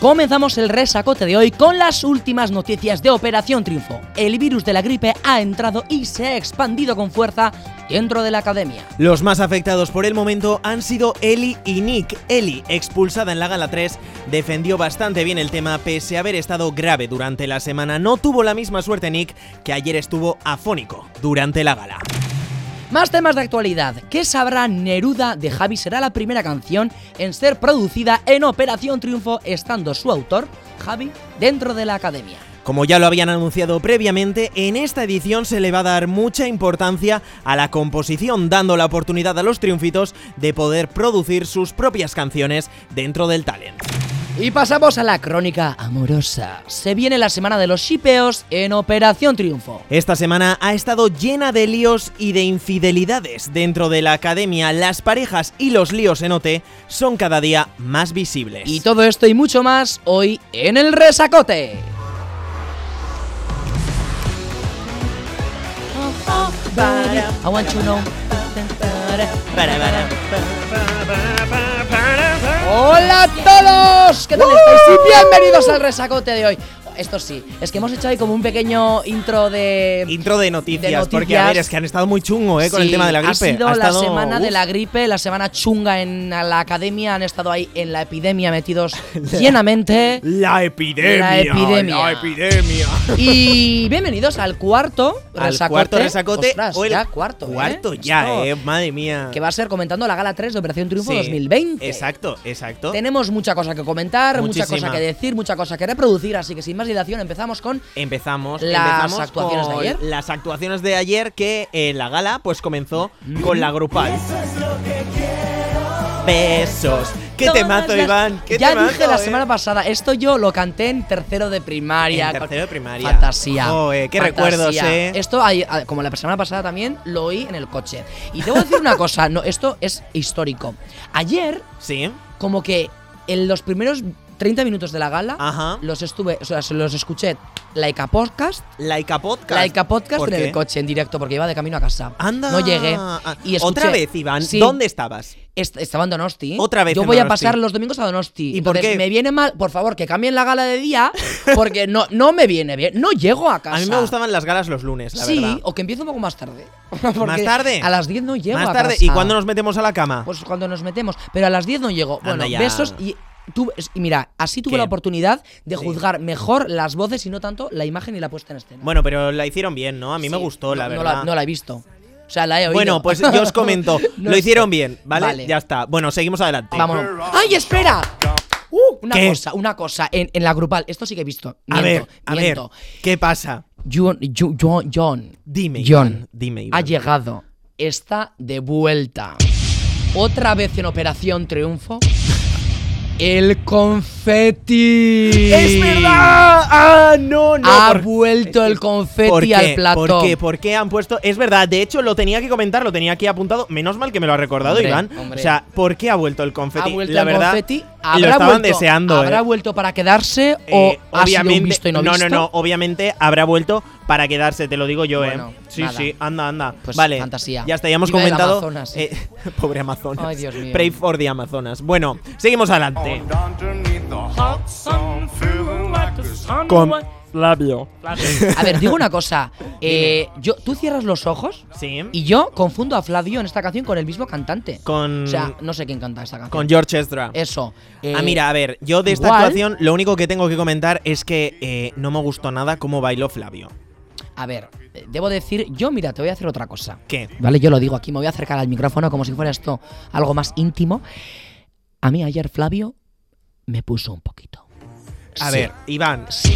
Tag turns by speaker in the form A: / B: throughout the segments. A: Comenzamos el resacote de hoy con las últimas noticias de Operación Triunfo. El virus de la gripe ha entrado y se ha expandido con fuerza dentro de la academia.
B: Los más afectados por el momento han sido Eli y Nick. Eli, expulsada en la gala 3, defendió bastante bien el tema pese a haber estado grave durante la semana. No tuvo la misma suerte Nick, que ayer estuvo afónico durante la gala.
A: Más temas de actualidad. ¿Qué sabrá Neruda de Javi? Será la primera canción en ser producida en Operación Triunfo, estando su autor, Javi, dentro de la academia.
B: Como ya lo habían anunciado previamente, en esta edición se le va a dar mucha importancia a la composición, dando la oportunidad a los triunfitos de poder producir sus propias canciones dentro del talent.
A: Y pasamos a la crónica amorosa. Se viene la semana de los shipeos en Operación Triunfo.
B: Esta semana ha estado llena de líos y de infidelidades. Dentro de la academia, las parejas y los líos en OT son cada día más visibles.
A: Y todo esto y mucho más hoy en el Resacote. I want you to know. Hola a todos, ¿qué tal estáis? Y bienvenidos al resacote de hoy. Esto sí, es que hemos hecho ahí como un pequeño intro de...
B: Intro de noticias,
A: De
B: porque a ver,
A: noticias.
B: es que han estado muy chungo eh, con el
A: Sí,
B: tema de la gripe.
A: Ha sido la
B: estado-
A: semana de
B: uf.
A: la gripe, la semana chunga en la academia. Han estado ahí en la epidemia metidos llenamente.
B: La epidemia.
A: La epidemia.
B: La epidemia.
A: Y bienvenidos al cuarto
B: Al
A: resacote.
B: cuarto resacote.
A: Ostras,
B: o el
A: ya cuarto, ¿eh?
B: Cuarto ya,
A: Esto,
B: eh. Madre mía.
A: Que va a ser comentando la gala 3 de Operación Triunfo
B: Sí,
A: 2020.
B: Exacto, exacto.
A: Tenemos mucha cosa que comentar, mucha
B: Muchísima.
A: cosa que decir, mucha cosa que reproducir, así que sin más dilación empezamos con
B: Empezamos,
A: Las
B: empezamos
A: actuaciones de
B: con
A: ayer.
B: Las actuaciones de ayer que eh, la gala pues comenzó con la grupal. Besos. ¿Qué
A: Todas
B: te mato,
A: las-
B: Iván? ¿Qué
A: ya
B: temazo,
A: dije la
B: eh?
A: semana pasada, esto yo lo canté en tercero de primaria.
B: En tercero de
A: con-
B: primaria.
A: Fantasía.
B: Joe, qué
A: fantasía.
B: recuerdos, eh.
A: Esto, ahí- ah, como la semana pasada también, lo oí en el coche. Y debo decir una cosa, no, esto es histórico. Ayer,
B: Sí.
A: como que en los primeros 30 minutos de la gala,
B: Ajá.
A: los estuve, o sea, se los escuché like a podcast,
B: Laika Podcast.
A: like a podcast
B: ¿Por
A: en el
B: qué?
A: coche en directo, porque iba de camino a casa.
B: Anda.
A: No llegué.
B: Ah,
A: Y escuché-
B: Otra vez, Iván.
A: Sí.
B: ¿Dónde estabas?
A: Est- estaba en Donosti.
B: Otra vez
A: Yo
B: en
A: voy a
B: Donosti.
A: pasar los domingos a Donosti.
B: ¿Y por
A: Entonces,
B: qué?
A: Me viene mal, por favor, que cambien la gala de día, porque no, no me viene bien. No llego a casa.
B: A mí me gustaban las galas los lunes, la
A: Sí,
B: verdad.
A: o que empiezo un poco más tarde. Porque
B: ¿Más tarde?
A: A las 10 no llego.
B: Más
A: a
B: tarde.
A: casa.
B: ¿Y cuándo nos metemos a la cama?
A: Pues cuando nos metemos. Pero a las 10 no llego.
B: Anda
A: Bueno,
B: ya.
A: besos y. tú- es- y mira, así tuve
B: ¿Qué?
A: la oportunidad de
B: Sí.
A: juzgar mejor las voces y no tanto la imagen y la puesta en escena.
B: Bueno, pero la hicieron bien, ¿no? A mí me
A: Sí,
B: gustó, la
A: no-
B: verdad.
A: No la, no la he visto. O sea, la he oído.
B: Bueno, pues yo os comento.
A: No
B: lo
A: sé.
B: hicieron bien, ¿vale?
A: Vale.
B: Ya está. Bueno, seguimos adelante.
A: Vámonos. ¡Ay, espera! Uh, una
B: ¿Qué?
A: cosa, una cosa. En, en la grupal, esto sí que he visto.
B: A
A: Miento,
B: ver, a ver.
A: miento.
B: ¿Qué pasa?
A: John, Ju- John, John,
B: Dime,
A: John,
B: Iván, dime,
A: ha
B: Iván.
A: llegado. Está de vuelta. Otra vez en Operación Triunfo. El confeti.
B: ¡Es verdad! ¡Ah, no, no!
A: ha
B: por-
A: vuelto el confeti
B: ¿Por qué?
A: al plato.
B: ¿Por qué? ¿Por qué han puesto.? Es verdad, de hecho lo tenía que comentar, lo tenía aquí apuntado. Menos mal que me lo ha recordado,
A: Hombre,
B: Iván.
A: hombre.
B: O sea, ¿por qué ha vuelto el confeti?
A: Ha vuelto
B: la
A: el
B: verdad,
A: confeti.
B: lo
A: ¿Habrá
B: estaban
A: vuelto,
B: deseando. ¿eh?
A: ¿Habrá vuelto para quedarse
B: Eh,
A: o ha sido un visto y no,
B: no,
A: visto?
B: no, no, obviamente habrá vuelto para quedarse, te lo digo yo,
A: Bueno,
B: eh. Sí,
A: nada.
B: sí, anda, anda.
A: Pues
B: vale.
A: fantasía.
B: Ya está, ya hemos
A: Viva el
B: comentado.
A: Amazonas, sí.
B: eh, pobre Amazonas.
A: Ay, Dios mío.
B: Pray for the Amazonas. Bueno, seguimos adelante.
C: Underneath the hot sun, feeling like a sun.
D: con labio.
A: A ver, digo una cosa. Eh, yo, tú cierras los ojos
B: Sí.
A: y yo confundo a Flavio en esta canción con el mismo cantante.
B: Con,
A: O sea, no sé quién canta esta canción.
B: con George Ezra.
A: Eso. eh,
B: ah, mira, a ver, yo de esta
A: igual-
B: actuación lo único que tengo que comentar es que eh, no me gustó nada cómo bailó Flavio.
A: A ver, eh, debo decir, yo, mira, te voy a hacer otra cosa.
B: ¿Qué?
A: Vale, yo lo digo aquí, me voy a acercar al micrófono como si fuera esto algo más íntimo. A mí ayer Flavio me puso un poquito.
B: A
A: Sí.
B: ver, Iván.
A: Sí.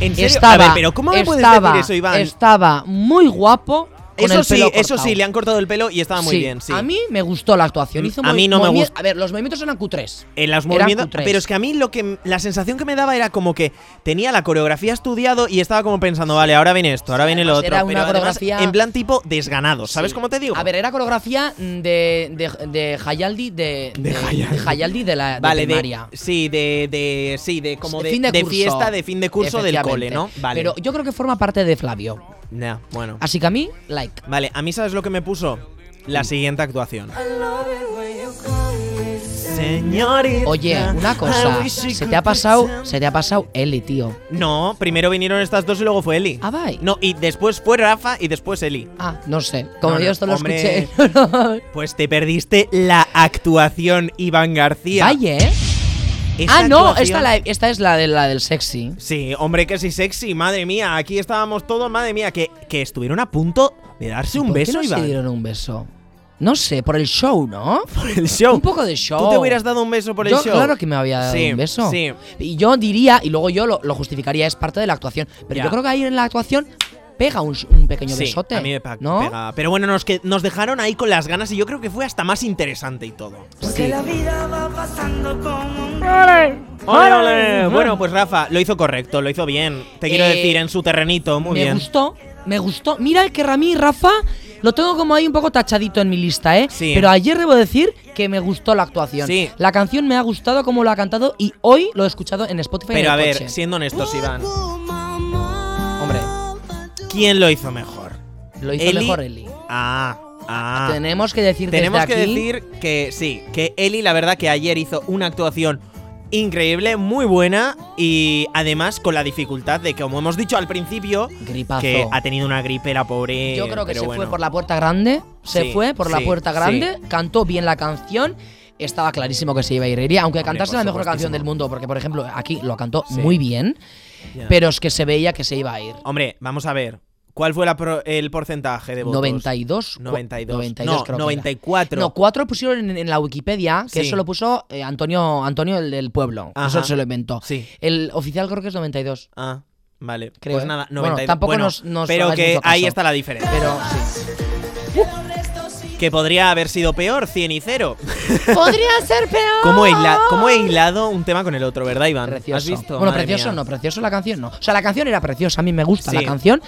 B: ¿En serio?
A: Estaba,
B: a ver, pero ¿cómo me puedes
A: estaba-
B: decir eso, Iván?
A: Estaba muy guapo. con
B: Eso
A: el
B: sí,
A: pelo
B: eso sí,
A: cortado.
B: le han cortado el pelo y estaba muy bien, sí. Mm,
A: A mí me gustó la actuación. Hizo
B: A
A: movi-
B: mí no me
A: movi-
B: gust-
A: A ver, los movimientos eran Q3.
B: En las
A: Eran
B: movimientos,
A: cutres.
B: pero es que a mí lo que la sensación que me daba era como que tenía la coreografía estudiado y estaba como pensando, vale, ahora viene esto, ahora viene lo
A: además
B: otro,
A: era una
B: pero además,
A: coreografía-
B: en plan tipo desganado, ¿sabes
A: Sí.
B: cómo te digo?
A: A ver, era coreografía de, de, de Hayaldi de,
B: De Hayaldi.
A: Hayaldi de la de
B: vale,
A: primaria.
B: de sí, de, de sí, de como de,
A: fin
B: de
A: curso.
B: fiesta, de fin de curso del cole,
A: Efectivamente.
B: ¿no? Vale.
A: Pero yo creo que forma parte de Flavio.
B: Nah, bueno.
A: Así que a mí, like.
B: Vale, a mí sabes lo que me puso la siguiente actuación. Señorita.
A: Oye, una
B: I
A: cosa.
B: wish you
A: Se
B: could
A: te ha pasado,
B: pretend-
A: se te ha pasado Eli, tío.
B: No, primero vinieron estas dos y luego fue Eli.
A: Ah, bye.
B: No, y después fue Rafa y después Eli.
A: Ah, no sé. Como
B: No, no,
A: yo esto lo
B: hombre.
A: escuché.
B: Pues te perdiste la actuación, Iván García.
A: Vaya, ¿eh?
B: Esa
A: Ah, no,
B: actuación-
A: esta, la- esta es la, de, la del sexy.
B: Sí, hombre, que sí sexy, madre mía, aquí estábamos todos, madre mía, que, que estuvieron a punto de darse un
A: ¿Por
B: beso,
A: qué no
B: Iván.
A: se dieron un beso? No sé, por el show, ¿no?
B: Por el show.
A: Un poco de show.
B: Tú te hubieras dado un beso por el
A: yo,
B: show.
A: Claro que me había dado
B: Sí,
A: un beso.
B: sí.
A: Y yo diría, y luego yo lo, lo justificaría, es parte de la actuación. Pero
B: Ya.
A: yo creo que ahí en la actuación pega un, un pequeño
B: Sí,
A: besote.
B: a mí me pa-
A: ¿no?
B: pegaba. Pero bueno, nos, que, nos dejaron ahí con las ganas y yo creo que fue hasta más interesante y todo.
A: Sí. Ah,
B: ¡Ole, ole! Bueno, pues Rafa, lo hizo correcto, lo hizo bien. Te quiero
A: Eh,
B: decir, en su terrenito, muy
A: me
B: bien.
A: gustó, me gustó. Mira que Rami, Rafa, lo tengo como ahí un poco tachadito en mi lista, ¿eh?
B: Sí.
A: Pero ayer debo decir que me gustó la actuación.
B: Sí.
A: La canción me ha gustado como lo ha cantado y hoy lo he escuchado en Spotify. en
B: Pero
A: el
B: a ver,
A: coche.
B: siendo honestos, Iván,
A: Hombre,
B: ¿quién lo hizo mejor?
A: lo hizo
B: Eli.
A: mejor Eli.
B: Ah, ah.
A: Tenemos que decir desde
B: Tenemos que
A: aquí-
B: decir que sí, que Eli la verdad que ayer hizo una actuación increíble, muy buena y además con la dificultad de que, como hemos dicho al principio,
A: Gripazo.
B: que ha tenido una gripe la pobre.
A: Yo creo que
B: pero
A: se
B: bueno.
A: fue por la puerta grande. Se
B: Sí,
A: fue por la
B: sí,
A: puerta
B: sí.
A: grande. Cantó bien la canción. Estaba clarísimo que se iba a ir Iria, aunque
B: Hombre,
A: cantase
B: por
A: la mejor canción
B: supuestísimo.
A: del mundo, porque por ejemplo aquí lo cantó
B: Sí.
A: muy bien,
B: Ya.
A: pero es que se veía que se iba a ir.
B: Hombre, vamos a ver. ¿Cuál fue la pro- el porcentaje de votos?
A: 92.
B: 92.
A: 92 creo
B: no,
A: que era.
B: 94.
A: No, cuatro pusieron en, en la Wikipedia, que
B: Sí.
A: eso lo puso eh, Antonio, Antonio el del pueblo.
B: Ajá.
A: Eso se lo inventó.
B: Sí.
A: El oficial creo que es 92.
B: Ah, vale.
A: Creo,
B: pues
A: ¿eh?
B: nada, 92.
A: Bueno, tampoco nos- nos
B: Pero
A: hagáis
B: que
A: mucho caso.
B: ahí está la diferencia.
A: Pero sí.
B: Que podría haber sido peor, 100 y 0.
A: Podría ser peor.
B: ¿Cómo he, hila- cómo he hilado un tema con el otro, verdad, Iván?
A: Ah. Precioso.
B: ¿Has visto?
A: Bueno,
B: Madre
A: precioso
B: mía.
A: no, precioso la canción no. O sea, la canción era preciosa, a mí me gusta
B: Sí.
A: la canción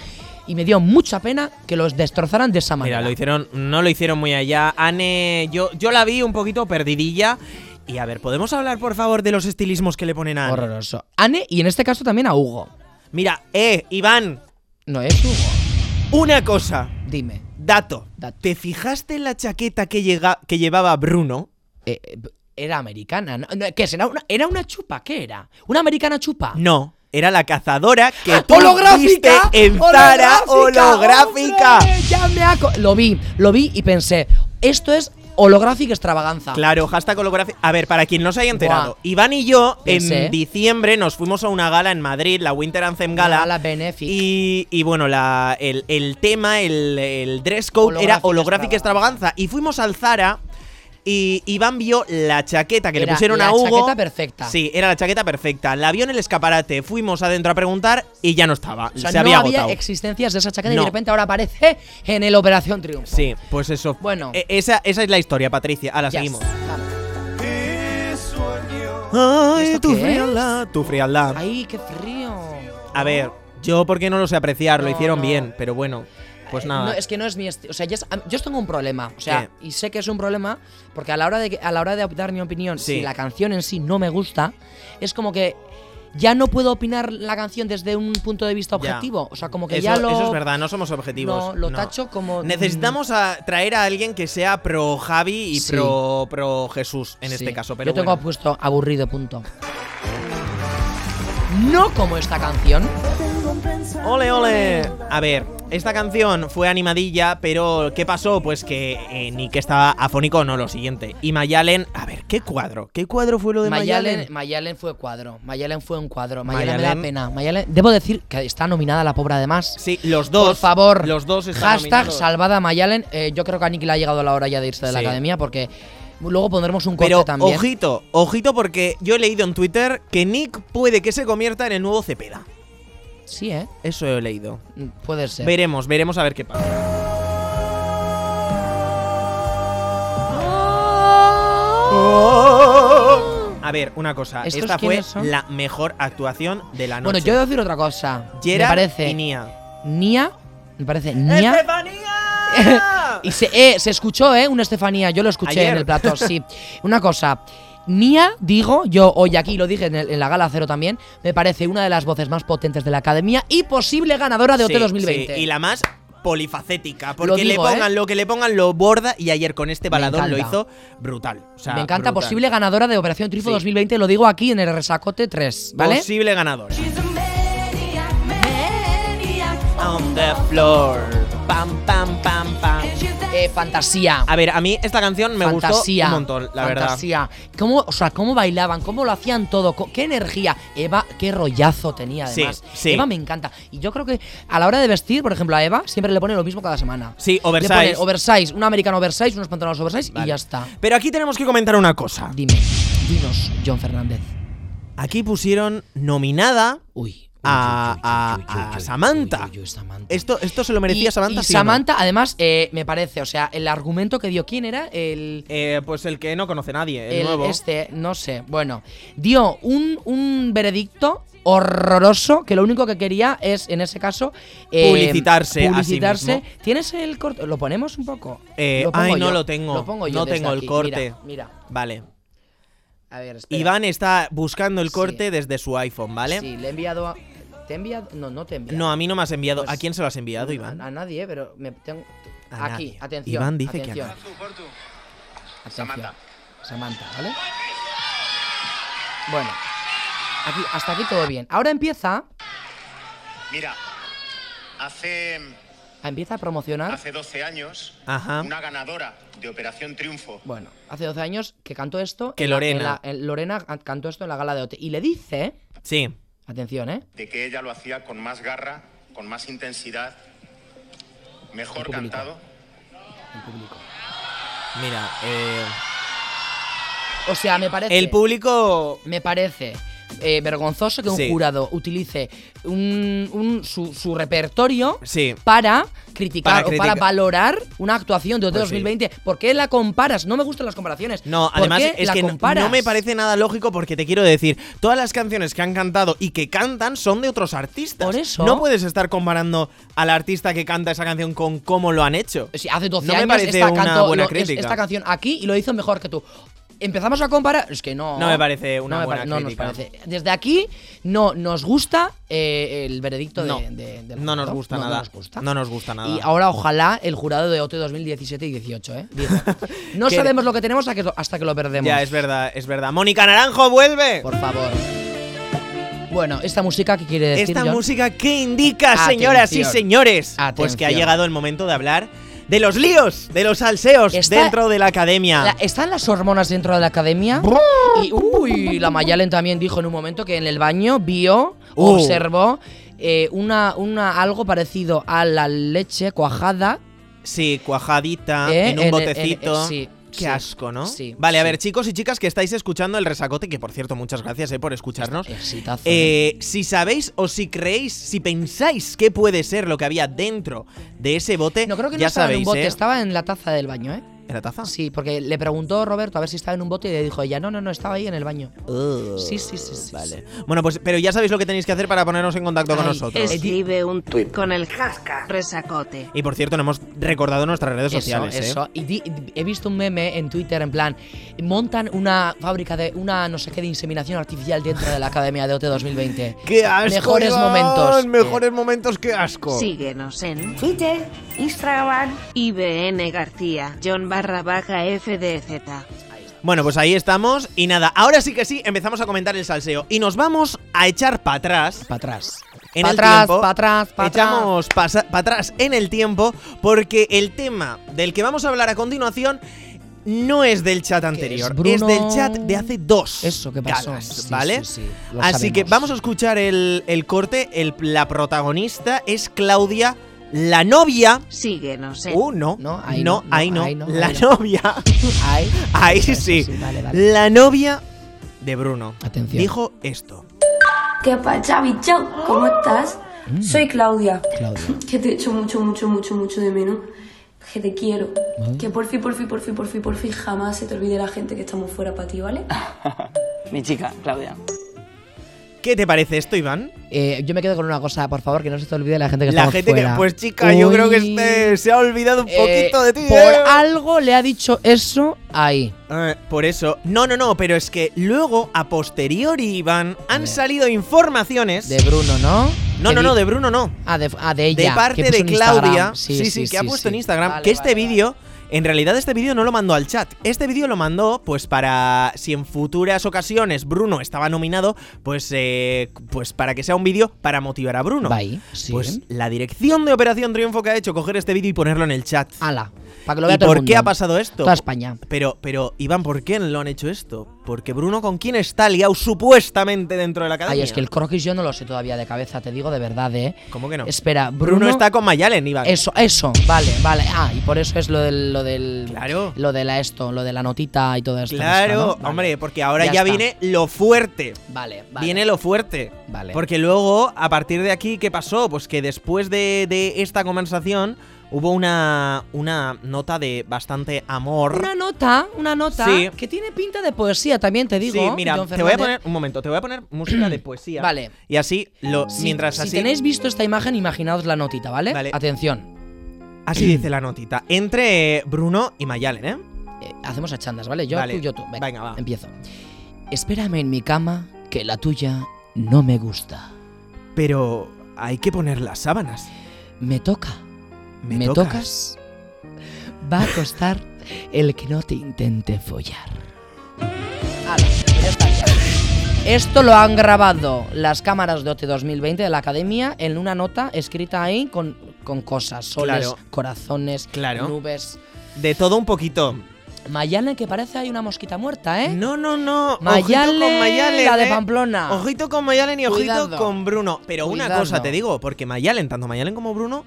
A: y me dio mucha pena que los destrozaran de esa manera.
B: Mira, lo hicieron, no lo hicieron muy allá. Anne, yo, yo la vi un poquito perdidilla. Y a ver, ¿podemos hablar, por favor, de los estilismos que le ponen a Anne?
A: Horroroso. Anne y en este caso también a Hugo.
B: Mira, eh, Iván,
A: No es Hugo.
B: una cosa,
A: Dime.
B: dato.
A: Dato.
B: ¿Te fijaste en la chaqueta que, llega, que llevaba Bruno?
A: Eh, eh, era americana. ¿no? No, ¿Qué es? ¿Era una, era una chupa? ¿Qué era? ¿Una americana chupa?
B: No, era la cazadora que tú
A: ¡Ah! ¡Holográfica!
B: viste en Zara holográfica.
A: hombre, ya me aco- Lo vi, lo vi y pensé, esto es holográfica extravaganza.
B: Claro, hashtag holográfico. A ver, para quien no se haya enterado,
A: Ah. Buah.
B: Iván y yo
A: Pensé.
B: en diciembre nos fuimos a una gala en Madrid, la Winter Anthem Gala.
A: Gala Benefic.
B: Y, y bueno, la, el, el tema, el, el dress code
A: Holográfica
B: era holográfica
A: extravaganza.
B: extravaganza. Y fuimos al Zara y Iván vio la chaqueta que le
A: Era
B: pusieron
A: la
B: a Hugo.
A: chaqueta perfecta.
B: Sí, era la chaqueta perfecta. La vio en el escaparate, fuimos adentro a preguntar y ya no estaba.
A: O sea,
B: se
A: no
B: había
A: había,
B: agotado.
A: existencias de esa chaqueta y
B: No.
A: de repente ahora aparece en el Operación Triunfo.
B: Sí, pues eso.
A: Bueno.
B: E- esa, esa es la historia, Patricia. Ahora
A: Ya
B: seguimos.
A: está. Vamos. ¿Y
B: Ay,
A: esto
B: tu
A: qué
B: frialdad, tu frialdad.
A: Ay, qué frío.
B: A ver, yo porque no lo sé apreciar, lo
A: No,
B: hicieron
A: no.
B: bien, pero bueno, pues
A: Eh,
B: nada.
A: no, es que no es mi estilo. O sea, ya es- a- yo tengo un problema. O sea,
B: ¿Qué?
A: y sé que es un problema porque a la hora de, que- a la hora de dar mi opinión,
B: Sí.
A: si la canción en sí no me gusta, es como que ya no puedo opinar la canción desde un punto de vista
B: Ya.
A: objetivo. O sea, como que
B: eso,
A: ya lo.
B: eso es verdad, no somos objetivos.
A: no, lo tacho como.
B: Necesitamos a- traer a alguien que sea pro Javi y
A: Sí.
B: pro, pro Jesús en
A: Sí.
B: este caso, pero
A: Yo tengo
B: bueno.
A: puesto aburrido, punto. No como esta canción.
B: ¡Ole, ole! A ver, esta canción fue animadilla, pero ¿qué pasó? Pues que eh, Nick estaba afónico, no, lo siguiente. Y Mayalen, a ver, ¿qué cuadro? ¿Qué cuadro fue lo de Mayalen?
A: Mayalen, Mayalen fue cuadro. Mayalen fue un cuadro. Mayalen, me
B: Mayalen.
A: da pena. Mayalen, debo decir que está nominada a la pobre además.
B: Sí, los dos.
A: Por favor,
B: Los dos están
A: hashtag
B: nominados.
A: salvada Mayalen. Eh, yo creo que a Nick le ha llegado la hora ya de irse de la
B: Sí.
A: academia porque luego pondremos un corte
B: Pero
A: también.
B: ojito, ojito porque yo he leído en Twitter que Nick puede que se convierta en el nuevo Cepeda.
A: Sí, ¿eh?
B: Eso he leído.
A: Mm, Puede ser.
B: Veremos, veremos a ver qué pasa. A ver, una cosa.
A: ¡Ah! ¿Estos
B: Esta fue
A: quiénes son?
B: la mejor actuación de la
A: bueno,
B: noche.
A: yo debo decir otra cosa.
B: Gerard
A: me parece
B: y Nia.
A: Nia. Me parece Nia.
B: ¡Estefanía!
A: Y se, eh, se escuchó, ¿eh? Una Estefanía, yo lo escuché
B: Ayer.
A: en el plató, sí. Una cosa, Nia, digo, yo hoy aquí lo dije en, el- en la gala cero también, me parece una de las voces más potentes de la academia y posible ganadora de OT
B: Sí,
A: 2020.
B: sí, Y la más polifacética. Porque
A: digo,
B: le pongan
A: ¿eh?
B: lo que le pongan, lo borda. Y ayer con este
A: Me
B: baladón lo
A: encanta.
B: hizo brutal. O sea,
A: Me encanta,
B: brutal.
A: posible ganadora de Operación Triunfo
B: Sí.
A: 2020, lo digo aquí en el resacote 3, ¿vale?
B: Posible ganador.
D: She's a maniac, maniac
B: On the floor. Pam, pam, pam, pam.
D: And she's that
A: Eh, fantasía.
B: A ver, a mí esta canción me
A: fantasía.
B: gustó un montón, la
A: fantasía. ¿Cómo, o sea, cómo bailaban, cómo lo hacían todo, co- qué energía. Eva, qué rollazo tenía
B: Sí,
A: además.
B: sí.
A: Eva me encanta. Y yo creo que a la hora de vestir, por ejemplo, a Eva siempre le pone lo mismo cada semana.
B: Sí,
A: Le
B: oversize.
A: pone oversize, un americano oversize, unos pantalones oversize
B: Vale.
A: y ya está.
B: verdad. Pero aquí tenemos que comentar una cosa.
A: Dime, dinos, John Fernández.
B: Aquí pusieron nominada
A: Uy. uy,
B: A-
A: uy, uy,
B: a-
A: uy, uy,
B: a
A: uy, uy,
B: Samantha.
A: uy, uy, uy, Samantha.
B: Esto, esto se lo merecía
A: Y-
B: Samantha.
A: y
B: ¿sí o no?
A: Samantha, además, eh, me parece, o sea, el argumento que dio quién era, el,
B: Eh, pues el que no conoce nadie, el,
A: el-
B: nuevo.
A: este, no sé, bueno, dio un, un veredicto horroroso que lo único que quería es, en ese caso, eh,
B: Publicitarse a sí
A: publicitarse.
B: mismo.
A: ¿Tienes el corte? ¿Lo ponemos un poco?
B: Eh,
A: Lo pongo
B: ay, no
A: yo.
B: lo tengo.
A: pongo yo
B: No
A: desde
B: tengo el
A: aquí.
B: corte.
A: Mira, mira.
B: Vale.
A: a ver, espera.
B: Iván está buscando el
A: Sí.
B: corte desde su iPhone, ¿vale?
A: Sí, le he enviado a- ¿Te he enviado? No, no te he enviado.
B: No, a mí no me has enviado.
A: Pues-
B: ¿A quién se lo has enviado,
A: A-
B: Iván?
A: A, nadie, pero me tengo.
B: A
A: aquí,
B: nadie.
A: atención.
B: Iván dice que a
A: atención,
B: nadie.
A: atención. Samantha. ¿vale? Bueno, aquí, hasta aquí todo bien. Ahora empieza,
E: Mira, hace,
A: empieza a promocionar.
E: hace 12 años,
B: Ajá.
E: una ganadora de Operación Triunfo.
A: Bueno, hace 12 años que cantó esto.
B: Que
A: en la-
B: Lorena.
A: en la- en- Lorena can- cantó esto en la gala de OT. Y le dice,
B: Sí.
A: atención, ¿eh?
E: de que ella lo hacía con más garra, con más intensidad, mejor
A: Al público.
E: cantado.
A: El público.
B: Mira, eh,
A: O sea, me parece.
B: el público.
A: me parece eh, vergonzoso que un
B: Sí.
A: jurado utilice un, un- su, su repertorio
B: Sí.
A: para criticar
B: Para
A: o para
B: criticar.
A: valorar una actuación de OT
B: Pues sí.
A: 2020. ¿Por qué la comparas? No me gustan las comparaciones.
B: No,
A: ¿Por
B: además
A: qué
B: es
A: la
B: que no,
A: comparas?
B: no me parece nada lógico porque te quiero decir, todas las canciones que han cantado y que cantan son de otros artistas.
A: Por eso-
B: No puedes estar comparando al artista que canta esa canción con cómo lo han hecho.
A: O sea, hace 12
B: No me
A: años
B: parece
A: esta,
B: una
A: cantó
B: buena
A: lo- es-
B: crítica.
A: esta canción aquí y lo hizo mejor que tú. Empezamos a comparar. Es que no.
B: No me parece una
A: me
B: buena
A: no nos
B: crítica.
A: parece. Desde aquí no nos gusta eh, el veredicto de-
B: No,
A: de- del
B: no nos
A: jurado.
B: gusta
A: No,
B: nada.
A: No nos gusta.
B: No nos gusta nada.
A: Y ahora ojalá el jurado de OT 2017 y 18, ¿eh? Digo, no
B: Que-
A: sabemos lo que tenemos hasta que lo, hasta que lo perdemos.
B: Ya, es verdad, es verdad. Mónica Naranjo vuelve.
A: Por favor. Bueno, esta música que quiere decir
B: Esta
A: John?
B: música que indica,
A: Atención.
B: señoras y señores, pues
A: Atención.
B: que ha llegado el momento de hablar de los líos, de los salseos
A: Esta-
B: dentro de la academia.
A: La- ¿Están las hormonas dentro de la academia? y uy, la Mayalen también dijo en un momento que en el baño vio,
B: Oh.
A: observó eh, una, una algo parecido a la leche cuajada.
B: Sí, cuajadita,
A: Eh,
B: en un
A: en-
B: botecito.
A: en- eh, sí,
B: Qué
A: sí,
B: asco, ¿no?
A: sí,
B: vale, a
A: sí.
B: ver, chicos y chicas que estáis escuchando el resacote, que por cierto, muchas gracias eh, por escucharnos.
A: Exitazo, ¿eh?
B: Eh, si sabéis o si creéis, si pensáis qué puede ser lo que había dentro de ese bote,
A: No creo que no
B: ya
A: estaba
B: sabéis,
A: en un bote,
B: ¿eh?
A: estaba en la taza del baño, ¿eh?
B: ¿En la taza?
A: Sí, porque le preguntó Roberto a ver si estaba en un bote y le dijo ella, no, no, no, estaba ahí en el baño.
B: Uh,
A: Sí, sí, sí, sí,
B: Vale. Bueno, pues, pero ya sabéis lo que tenéis que hacer para ponernos en contacto con
A: Ay,
B: nosotros.
A: es-
F: Escribe un tuit con el hashtag resacote.
B: Y por cierto, no hemos recordado nuestras redes sociales,
A: eso,
B: ¿eh?
A: eso. Y di- di- he visto un meme en Twitter en plan, montan una fábrica de una no sé qué de inseminación artificial dentro de la Academia de OT 2020.
B: ¡Qué asco!
A: Mejores
B: Iván!
A: momentos.
B: Mejores momentos, qué asco.
F: Síguenos en
G: Twitter, Instagram,
F: IBN García, John barra baja FDZ.
B: Bueno, pues ahí estamos. Y nada, ahora sí que sí, empezamos a comentar el salseo. Y nos vamos a echar para atrás.
A: Para Eh, atrás.
B: En
A: Pa'
B: el
A: atrás,
B: tiempo,
A: pa' atrás, pa' atrás.
B: Echamos para atrás en el tiempo porque el tema del que vamos a hablar a continuación no es del chat anterior,
A: Bruno?
B: del chat de hace dos.
A: Eso que pasó.
B: galas,
A: Sí,
B: ¿Vale?
A: sí, sí, lo
B: Así que
A: sabemos.
B: vamos a escuchar el, el corte. El- la protagonista es Claudia, la novia.
F: Síguenos en
B: Uh, no.
A: No, ahí no, no,
B: ahí no.
A: ahí no,
B: la
A: ahí no.
B: novia.
A: Ahí,
B: Ahí
A: Eso,
B: sí.
A: vale, vale.
B: La novia de Bruno
A: Atención.
B: dijo esto.
H: ¿Qué pasa, Xavi? Chao, ¿cómo estás? Soy Claudia,
A: Claudia.
H: que te echo mucho, mucho, mucho, mucho de menos. Que te quiero. Que por fin, por fin, por fin, por fin, por fin jamás se te olvide la gente que estamos fuera para ti, ¿vale?
I: Mi chica, Claudia.
B: ¿Qué te parece esto, Iván?
A: Eh, yo me quedo con una cosa, por favor, que no se te olvide la gente que
B: La
A: estamos
B: gente
A: fuera.
B: que. Pues chica, yo creo que
A: Uy.
B: este se ha olvidado un
A: Eh,
B: poquito de ti.
A: Por
B: ¿eh?
A: algo le ha dicho eso ahí.
B: Eh, por eso. No, no, no, pero es que luego, a posteriori, Iván, han salido informaciones
A: De Bruno, ¿no?
B: No,
A: que
B: no,
A: di-
B: no, de Bruno no.
A: Ah, de, ah, de
B: De
A: ella. que
B: parte
A: puso
B: de
A: en Instagram.
B: Claudia, sí, sí, que ha puesto en
A: sí.
B: Instagram,
A: Vale,
B: que este
A: vale, vale.
B: vídeo, en realidad este vídeo no lo mandó al chat. Este vídeo lo mandó, pues para, si en futuras ocasiones Bruno estaba nominado, pues, eh, pues para que sea un vídeo para motivar a Bruno.
A: Bye, sí.
B: Pues la dirección de Operación Triunfo que ha hecho coger este vídeo y ponerlo en el chat.
A: Ala, para que lo vea
B: ¿Y
A: todo el
B: por qué
A: mundo.
B: ha pasado esto?
A: Toda España.
B: Pero, pero, Iván, ¿por qué lo han hecho esto? Porque Bruno, ¿con quién está liado supuestamente dentro de la academia?
A: Ay, es que el croquis yo no lo sé todavía de cabeza, te digo de verdad, ¿eh?
B: ¿Cómo que no?
A: Espera,
B: Bruno,
A: Bruno,
B: está con Mayalen, Iván.
A: Eso, eso, vale, vale. Ah, y por eso es lo del. Lo del
B: Claro.
A: Lo de la esto, lo de la notita y todo esto.
B: Claro, hombre, porque ahora ya,
A: Ya está.
B: viene lo fuerte.
A: Vale, vale.
B: Viene lo fuerte.
A: Vale.
B: Porque luego, a partir de aquí, ¿qué pasó? Pues que después de, de esta conversación hubo una, una nota de bastante amor.
A: Una nota, una nota
B: Sí.
A: que tiene pinta de poesía también, te digo.
B: sí, mira,
A: John
B: te voy a
A: Fernández.
B: poner un momento, te voy a poner música de poesía.
A: Vale.
B: Y así, lo,
A: Si-
B: mientras
A: si
B: así.
A: tenéis visto esta imagen, imaginaos la notita, ¿vale?
B: Vale.
A: Atención.
B: Así dice la notita. Entre Bruno y Mayalen, ¿eh?
A: Eh, hacemos a chandas, ¿vale? Yo
B: Vale.
A: tú, yo tú. Venga,
B: Venga, va.
A: Empiezo. Espérame en mi cama, que la tuya no me gusta.
B: Pero hay que poner las sábanas.
A: Me toca.
B: Me,
A: me
B: tocas.
A: tocas. Va a costar el que no te intente follar. Ala, ya está, ya. Esto lo han grabado las cámaras de OT 2020 de la academia en una nota escrita ahí con, con cosas, soles,
B: Claro.
A: corazones,
B: Claro.
A: nubes.
B: De todo un poquito.
A: Mayalen, que parece hay una mosquita muerta, ¿eh?
B: No, no, no.
A: Mayalen,
B: ojito con Mayalen.
A: la de
B: eh.
A: Pamplona.
B: Ojito con Mayalen y ojito
A: Cuidado.
B: con Bruno. Pero una
A: Cuidado.
B: cosa te digo, porque Mayalen, tanto Mayalen como Bruno,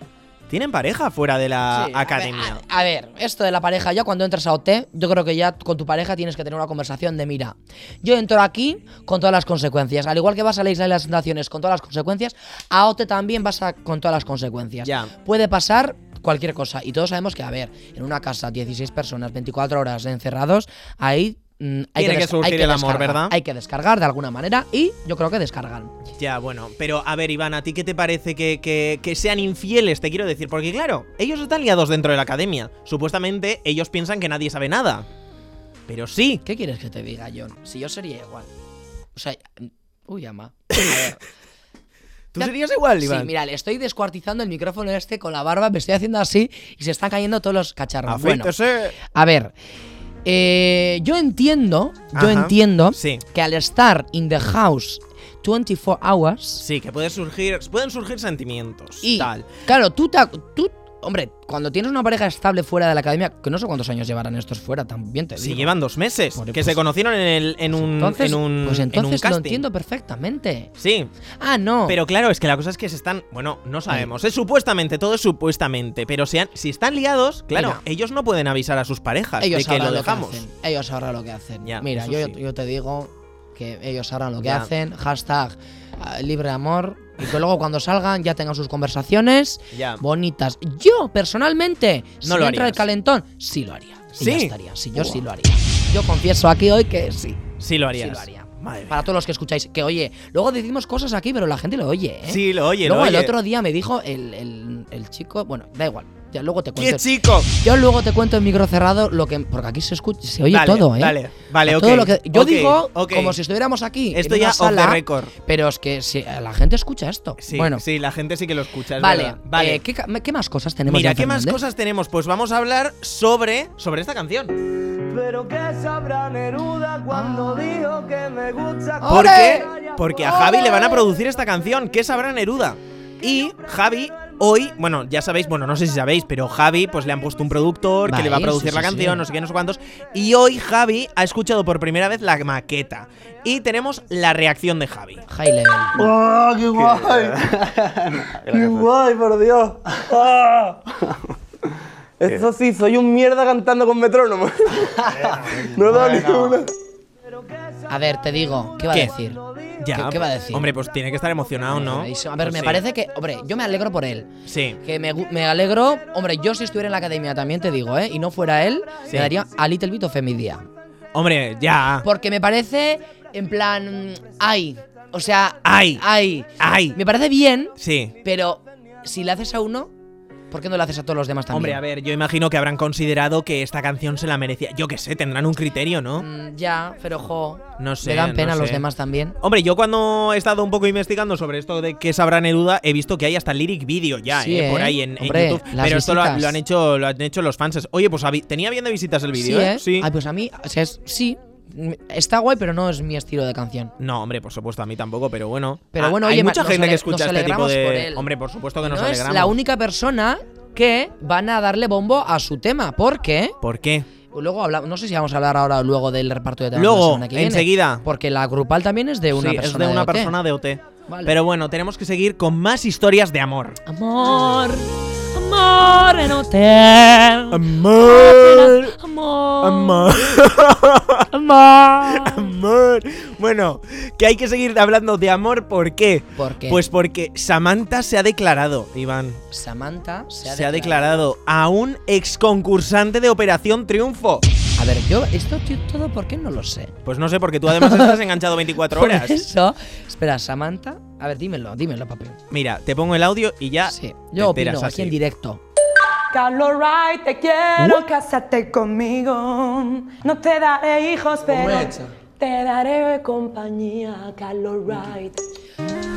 B: tienen pareja fuera de la
A: Sí, a ver,
B: academia.
A: A, a ver, esto de la pareja, ya cuando entras a OT, yo creo que ya con tu pareja tienes que tener una conversación de mira, yo entro aquí con todas las consecuencias. Al igual que vas a la isla de las tentaciones con todas las consecuencias, a OT también vas a- con todas las consecuencias.
B: Ya.
A: Puede pasar cualquier cosa. Y todos sabemos que, a ver, en una casa, 16 personas, 24 horas encerrados, ahí. mm, hay
B: Tiene que
A: des- hay
B: surgir el amor,
A: descargar.
B: ¿verdad?
A: Hay que descargar de alguna manera y yo creo que descargan.
B: Ya, bueno. Pero a ver, Iván, ¿a ti qué te parece que, que- que sean infieles? Te quiero decir. Porque claro, ellos están liados dentro de la academia. Supuestamente ellos piensan que nadie sabe nada. Pero sí.
A: ¿Qué quieres que te diga, John? Si yo sería igual. O sea, mm, uy, ama. A ver.
B: ¿Tú
A: Ya-
B: serías igual, Iván?
A: Sí, mira, le estoy descuartizando el micrófono este con la barba, me estoy haciendo así y se están cayendo todos los
B: Ah,
A: cacharros. Bueno,
B: Afeítese.
A: a ver. eh, yo entiendo, yo
B: Ajá.
A: entiendo
B: Sí.
A: que al estar in the house 24 hours
B: Sí, que puede surgir, pueden surgir sentimientos.
A: y
B: Tal.
A: claro, tú te, ac- tú hombre, cuando tienes una pareja estable fuera de la academia, que no sé cuántos años llevarán estos fuera, también te digo.
B: Si llevan dos meses,
A: Por-
B: que
A: pues-
B: se conocieron en, el- en un,
A: entonces,
B: en un-
A: pues
B: en un
A: entonces lo
B: casting.
A: entiendo perfectamente.
B: Sí,
A: Ah, no.
B: pero claro, es que la cosa es que se están. Bueno, no sabemos. Es supuestamente, todo es supuestamente. Pero si, han- si están liados, claro,
A: Mira.
B: ellos no pueden avisar a sus parejas
A: ellos
B: de que
A: sabrán
B: lo
A: lo,
B: dejamos.
A: que hacen. Ellos sabrán lo que hacen.
B: Ya,
A: Mira,
B: eso
A: yo,
B: sí.
A: yo te digo que ellos sabrán lo que
B: Ya.
A: hacen. Hashtag ah, libre amor. Y que luego cuando salgan ya tengan sus conversaciones
B: Ya.
A: bonitas. Yo, personalmente, si
B: No lo
A: entra el
B: harías.
A: calentón, sí lo haría. Y
B: ¿Sí?
A: ya estaría. Sí, yo sí lo haría. Yo confieso aquí hoy que sí.
B: Sí lo harías.
A: Sí lo haría.
B: Madre mía.
A: Para todos los que escucháis, que oye, luego decimos cosas aquí, pero la gente lo oye, ¿eh?
B: Sí, lo oye, lo
A: Luego el
B: oye.
A: otro día me dijo el, el- el chico, bueno, da igual, ya luego te cuento.
B: ¡Qué chico!
A: Yo luego te cuento en micro cerrado lo que. Porque aquí se escucha, se oye
B: Dale,
A: todo, ¿eh?
B: dale, vale,
A: Todo
B: ok,
A: lo que- yo
B: ok,
A: digo
B: ok.
A: como si estuviéramos aquí.
B: Esto
A: en
B: ya
A: una
B: off the
A: sala,
B: record.
A: Pero es que si- eh, la gente escucha esto.
B: Sí,
A: bueno,
B: sí, la gente sí que lo escucha. es
A: vale.
B: verdad. Vale.
A: eh, ¿qué, ca- qué más cosas tenemos?
B: Mira,
A: Jan
B: ¿qué más
A: Fernández?
B: cosas tenemos? Pues vamos a hablar sobre, sobre esta canción.
F: Ah.
B: ¿Por qué? Porque a Javi le van a producir esta canción, que sabrá Neruda. Y Javi hoy, bueno, ya sabéis, bueno, no sé si sabéis, pero Javi pues le han puesto un productor que
A: Vale,
B: le va a producir
A: sí,
B: la
A: sí,
B: canción,
A: sí.
B: no sé qué, no sé cuántos. Y hoy Javi ha escuchado por primera vez la maqueta. Y tenemos la reacción de Javi.
A: High level.
I: Ah, qué guay! ¡Qué guay, por Dios! Eso sí, soy un mierda cantando con metrónomo. No he dado ni una.
A: A ver, te digo, ¿qué va
B: ¿Qué?
A: a decir?
B: Ya,
A: ¿Qué, qué va a decir?
B: Hombre, pues tiene que estar emocionado, ¿no?
A: A ver,
B: Pues
A: me
B: sí.
A: parece que. Hombre, yo me alegro por él.
B: Sí.
A: Que me, gu- me alegro. Hombre, yo si estuviera en la academia también te digo, ¿eh? Y no fuera él,
B: Sí.
A: me daría a Little Bit of Emmy Día.
B: Hombre, ya.
A: Porque me parece, en plan, ay. O sea,
B: Ay.
A: ay.
B: Ay.
A: Me parece bien,
B: Sí.
A: pero si le haces a uno, ¿Por qué no lo haces a todos los demás también?
B: Hombre, a ver, yo imagino que habrán considerado que esta canción se la merecía. Yo qué sé, tendrán un criterio, ¿no?
A: Mm, ya, pero jo.
B: No sé,
A: Le dan
B: no
A: pena a los
B: sé.
A: demás también.
B: Hombre, yo cuando he estado un poco investigando sobre esto de que sabrá Neruda, he visto que hay hasta lyric video ya,
A: Sí,
B: eh, por
A: ¿eh?
B: ahí en, en
A: Hombre,
B: YouTube.
A: las
B: Pero esto lo, ha-
A: visitas.
B: lo han hecho, lo han hecho los fans. Oye, pues habi- tenía bien de visitas el vídeo,
A: sí,
B: ¿eh?
A: ¿eh? Ay, pues a mí, o sea, es- sí. mm, Está guay, pero no es mi estilo de canción.
B: No, hombre, por supuesto, a mí tampoco, pero bueno.
A: Pero
B: Ah,
A: bueno,
B: hay
A: oye, ma-
B: mucha
A: nos
B: gente que
A: ale-
B: escucha
A: nos
B: este tipo
A: alegramos
B: de.
A: por él.
B: Hombre, por supuesto que nos
A: no es
B: alegramos.
A: la única persona que van a darle bombo a su tema, porque
B: ¿Por qué?
A: luego hablamos, no sé si vamos a hablar ahora o luego del reparto de temas
B: Luego,
A: la semana que viene,
B: enseguida.
A: porque la grupal también es de una
B: Sí,
A: persona
B: es de una
A: OT.
B: persona de OT.
A: Vale.
B: Pero bueno, tenemos que seguir con más historias de amor.
A: Amor, amor en hotel.
B: Amor.
A: Amor,
B: Amor.
A: amor.
B: Amor. Bueno, que hay que seguir hablando de amor, ¿por qué?
A: ¿Por qué?
B: Pues porque Samantha se ha declarado, Iván.
A: Samantha se ha,
B: Se ha declarado a un ex concursante de Operación Triunfo.
A: A ver, yo esto tío, todo por qué no lo sé.
B: Pues no sé, porque tú además estás enganchado 24
A: Por
B: horas.
A: eso, espera, Samantha, a ver, dímelo, dímelo, papi.
B: Mira, te pongo el audio y ya.
A: Sí,
B: te
A: yo
B: enteras
A: opino aquí
B: Ah, así.
A: en directo.
G: Carlos Wright, te quiero,
B: Uh.
G: cásate conmigo. No te daré hijos, pero
I: hecha.
G: te daré compañía, Carlos Wright.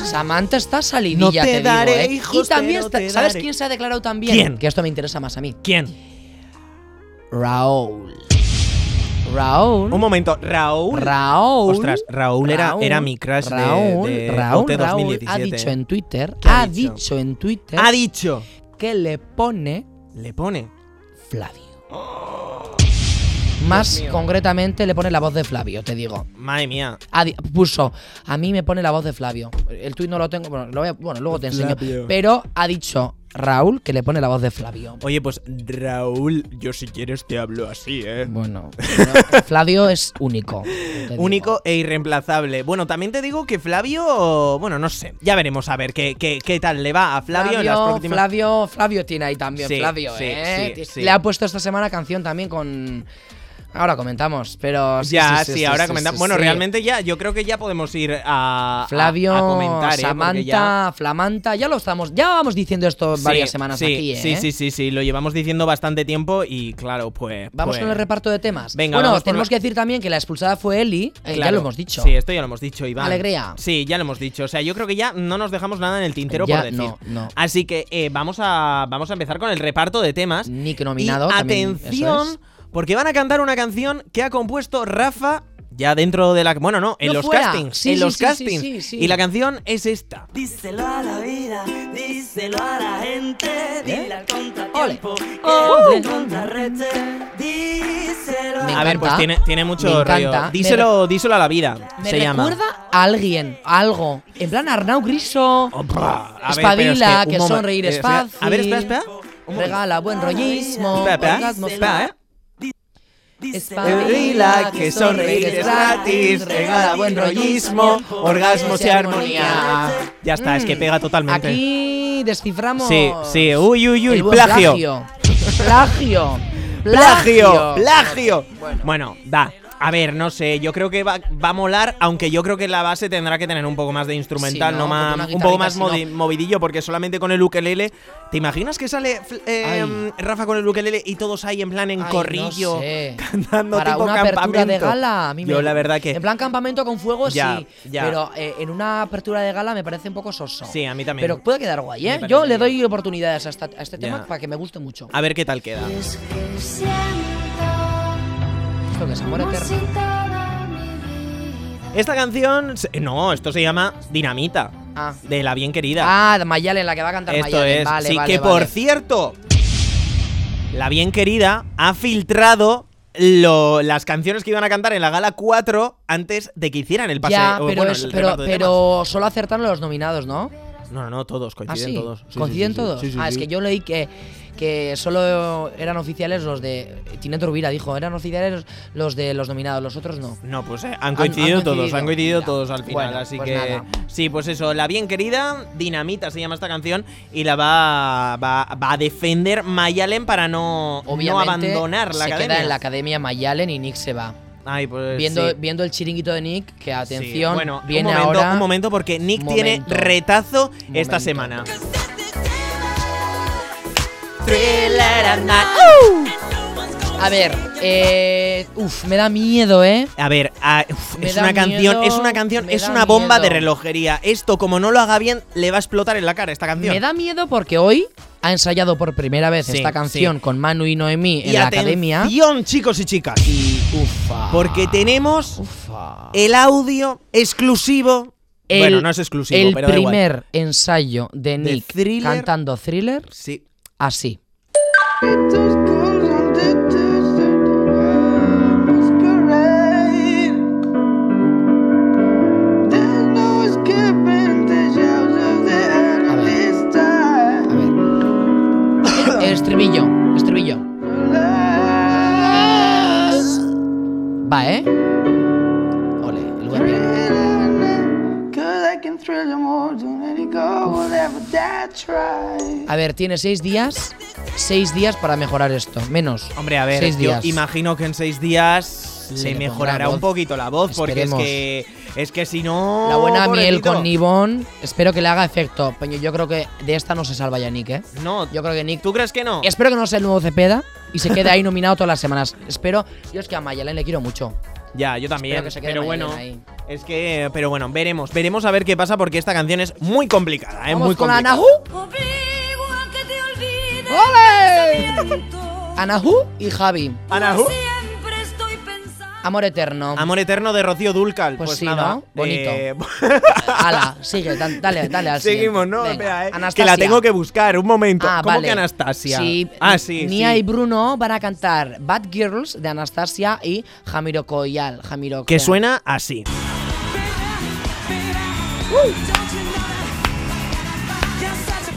A: Samantha está salidilla,
B: No te
A: digo,
B: daré
A: ¿eh?
B: hijos,
A: y también
B: pero
A: está-
B: te
A: ¿sabes
B: daré.
A: quién se ha declarado también?
B: ¿Quién?
A: Que esto me interesa más a mí.
B: ¿Quién?
A: Raúl. Raúl.
B: Un momento, Raúl.
A: Raúl.
B: Ostras, Raúl era- era mi crush de-
A: Raúl,
B: de
A: Raúl,
B: OT
A: Raúl
B: 2017,
A: ha dicho en Twitter,
B: ¿eh? ¿Qué ha
A: ha,
B: dicho?
A: dicho? en Twitter
B: Ha dicho.
A: que le pone
B: Le pone.
A: Flavio. Más concretamente le pone la voz de Flavio, te digo.
B: Madre mía.
A: Ha di- puso, a mí me pone la voz de Flavio. El tuit no lo tengo, bueno, lo voy a- bueno, luego te enseño.
B: Flavio.
A: Pero ha dicho Raúl que le pone la voz de Flavio.
B: Oye, pues Raúl, yo si quieres te hablo así, ¿eh?
A: Bueno, no, Flavio es único. te digo.
B: Único e irreemplazable. Bueno, también te digo que Flavio. Bueno, no sé. Ya veremos a ver qué, qué, qué tal le va a Flavio, en las próximas.
A: Flavio, Flavio tiene ahí también,
B: Sí,
A: Flavio,
B: sí,
A: ¿eh?
B: sí, sí.
A: Le ha puesto esta semana canción también con... Ahora comentamos, pero... sí,
B: Ya, sí, ahora
A: sí,
B: comentamos.
A: sí,
B: bueno,
A: sí.
B: realmente ya, yo creo que ya podemos ir a. a-
A: Flavio,
B: a, comentar, ¿eh? Porque
A: Samantha,
B: ya-
A: Flamanta, ya lo estamos, ya vamos diciendo esto
B: Sí,
A: varias semanas
B: sí,
A: aquí, ¿eh?
B: Sí, sí, sí, sí, lo llevamos diciendo bastante tiempo y claro, pues.
A: Vamos
B: pues-
A: con el reparto de temas.
B: Venga,
A: bueno,
B: vamos por
A: tenemos
B: la-
A: que decir también que la expulsada fue Eli, eh, ya
B: claro.
A: lo hemos dicho.
B: Sí, esto ya lo hemos dicho, Iván.
A: Alegría.
B: Sí, ya lo hemos dicho. O sea, yo creo que ya no nos dejamos nada en el tintero
A: Ya,
B: por decir.
A: no, no.
B: Así que eh, vamos, a, vamos a empezar con el reparto de temas.
A: Nick nominado.
B: Y
A: también, eso
B: atención,
A: es.
B: porque van a cantar una canción que ha compuesto Rafa ya dentro de la. Bueno, no, en
A: No,
B: los
A: fuera.
B: castings.
A: Sí,
B: en
A: sí,
B: los
A: sí, sí,
B: castings.
A: sí, sí.
B: Y la canción es esta.
A: ¿Eh? Ole. Oh. Ole. Me
B: a ver, pues
A: encanta.
B: tiene, tiene mucho
A: Me
B: rollo.
A: encanta. Me
B: Díselo, díselo a la vida.
A: Me
B: se llama.
A: recuerda a alguien, a algo. En plan Arnau Griso.
B: Oh, brr. A ver, pero es
A: espabila,
B: un
A: que,
B: momen-
A: sonreír
B: eh,
A: es
B: espera.
A: fácil.
B: A ver, espera, espera. Un
A: Regala buen rollismo.
B: Espera, espera.
A: orgasmo
B: Espera, eh.
A: Espabila, que sonreír es gratis. Regala buen rollismo.
B: orgasmos
A: y armonía. Mm,
B: Ya está, es que pega totalmente.
A: Aquí desciframos.
B: eh. Sí, sí, uy, uy, uy,
A: el buen
B: plagio.
A: Plagio. Plagio.
B: plagio, plagio.
A: Bueno.
B: Bueno, da. A ver, no sé, yo creo que va, va a molar, aunque yo creo que la base tendrá que tener un poco más de instrumental,
A: Sí,
B: no,
A: ¿no?
B: más-
A: Porque una
B: un poco más
A: guitarrita,
B: modi- movidillo, porque solamente con el ukelele. ¿Te imaginas que sale fl- eh,
A: Ay.
B: Rafa con el ukelele y todos ahí en plan en
A: Ay,
B: corrillo,
A: no sé.
B: cantando
A: Para
B: tipo
A: una
B: campamento?
A: apertura de gala, a mí me-
B: Yo la verdad que
A: En plan campamento con fuego,
B: Ya,
A: sí.
B: ya.
A: Pero eh, en una apertura de gala me parece un poco soso.
B: Sí, a mí también.
A: Pero puede quedar guay,
B: Me
A: ¿eh?
B: parece
A: Yo le
B: bien.
A: doy oportunidades a, esta- a este
B: Ya. Ah.
A: tema para que me guste mucho.
B: a ver qué tal queda.
D: Es que siento
A: Esto que es amor
D: como si
A: eterno.
D: toda mi vida
B: Esta canción, se- no, esto se llama Dinamita,
A: Ah.
B: de la bien querida.
A: Ah, Mayalen, la que va a cantar
B: Esto
A: Mayalen.
B: es.
A: Vale,
B: sí,
A: vale,
B: que
A: vale.
B: por cierto, la bien querida ha filtrado lo- las canciones que iban a cantar en la gala 4 antes de que hicieran el pase.
A: Ya,
B: o,
A: pero,
B: bueno,
A: es-
B: el
A: pero,
B: reparto de
A: pero solo acertaron los nominados, ¿no?
B: temas. No, no, no, todos,
A: Ah,
B: coinciden
A: sí.
B: todos. Sí, sí,
A: ¿Coinciden
B: sí, sí.
A: todos?
B: Sí, sí,
A: ah, es
B: sí.
A: que yo leí que, que solo eran oficiales los de. Tinet Urbira dijo, eran oficiales los de los nominados, los otros no.
B: No, pues eh, han coincidido
A: han
B: todos,
A: coincidido.
B: han coincidido
A: Mira.
B: todos al final,
A: Bueno,
B: así
A: pues
B: que
A: nada.
B: sí, pues eso, la bien querida Dinamita se llama esta canción y la va va, va a defender Mayalen para no, no
A: Obviamente,
B: abandonar la
A: se
B: academia.
A: queda en la academia Mayalen y Nick se va.
B: Ay, pues
A: viendo,
B: sí.
A: viendo el chiringuito de Nick, que
B: Sí,
A: atención,
B: bueno,
A: viene
B: un momento,
A: ahora.
B: un momento porque Nick tiene
A: Momento.
B: retazo
A: Momento.
B: esta semana.
A: Thriller at night. ¡Uh! A ver, eh, uf, me da miedo, ¿eh?
B: A ver, a- uf,
A: Me
B: es
A: da
B: una canción,
A: miedo,
B: es una canción,
A: me
B: es
A: da
B: una bomba de
A: miedo.
B: relojería. Esto, como no lo haga bien, le va a explotar en la cara esta canción.
A: Me da miedo porque hoy ha ensayado por primera vez
B: Sí,
A: esta canción
B: sí.
A: con Manu y Noemí en
B: y
A: la
B: atención,
A: academia.
B: chicos y chicas,
A: Y ufa.
B: porque tenemos
A: ufa.
B: el audio exclusivo.
A: El-
B: bueno, no es exclusivo,
A: El
B: pero da igual.
A: primer ensayo de Nick
B: Thriller.
A: cantando thriller
B: Sí.
A: así. A ver. A ver. Estribillo, estribillo. Va, ¿eh? Ole, el buen pie. A ver, tiene seis días. Seis días para mejorar esto. Menos.
B: Hombre, a ver,
A: Seis
B: yo
A: días.
B: imagino que en seis días
A: Se
B: le,
A: le pondrá
B: mejorará
A: voz.
B: un poquito la voz, porque es
A: Esperemos.
B: que, es que si no.
A: La buena miel
B: Oh, pobrecito.
A: con Nibón. Espero que le haga efecto. Peño, yo creo que de esta no se salva ya Nick, ¿eh?
B: No,
A: Yo creo que Nick.
B: ¿tú crees que no?
A: Espero que no sea el nuevo Cepeda y se quede ahí nominado todas las semanas. Espero. Yo es que a Mayalen le quiero mucho.
B: Ya, yo también.
A: Espero que se quede
B: pero
A: Mayelen
B: bueno,
A: ahí.
B: es que, pero bueno, veremos, veremos a ver qué pasa porque esta canción es muy complicada, es
A: Vamos
B: muy
A: con
B: complicada.
A: Anahu. ¡Ole! Anahu y Javi.
B: Anahu.
A: Amor eterno.
B: Amor eterno de Rocío Dulcal. Pues,
A: Pues sí,
B: nada.
A: ¿no? Bonito.
B: eh,
A: Ala, sigue, dan- dale, dale al
B: Seguimos,
A: siguiente.
B: ¿no?
A: Venga,
B: Espera, eh, Que
A: Anastasia.
B: la tengo que buscar, un momento.
A: Ah,
B: ¿Cómo
A: vale.
B: que Anastasia?
A: Sí,
B: Ah, sí.
A: Nia
B: sí.
A: y Bruno van a cantar Bad Girls de Anastasia y Jamiro Coyal. Jamiro
B: Que suena así.
A: Uh.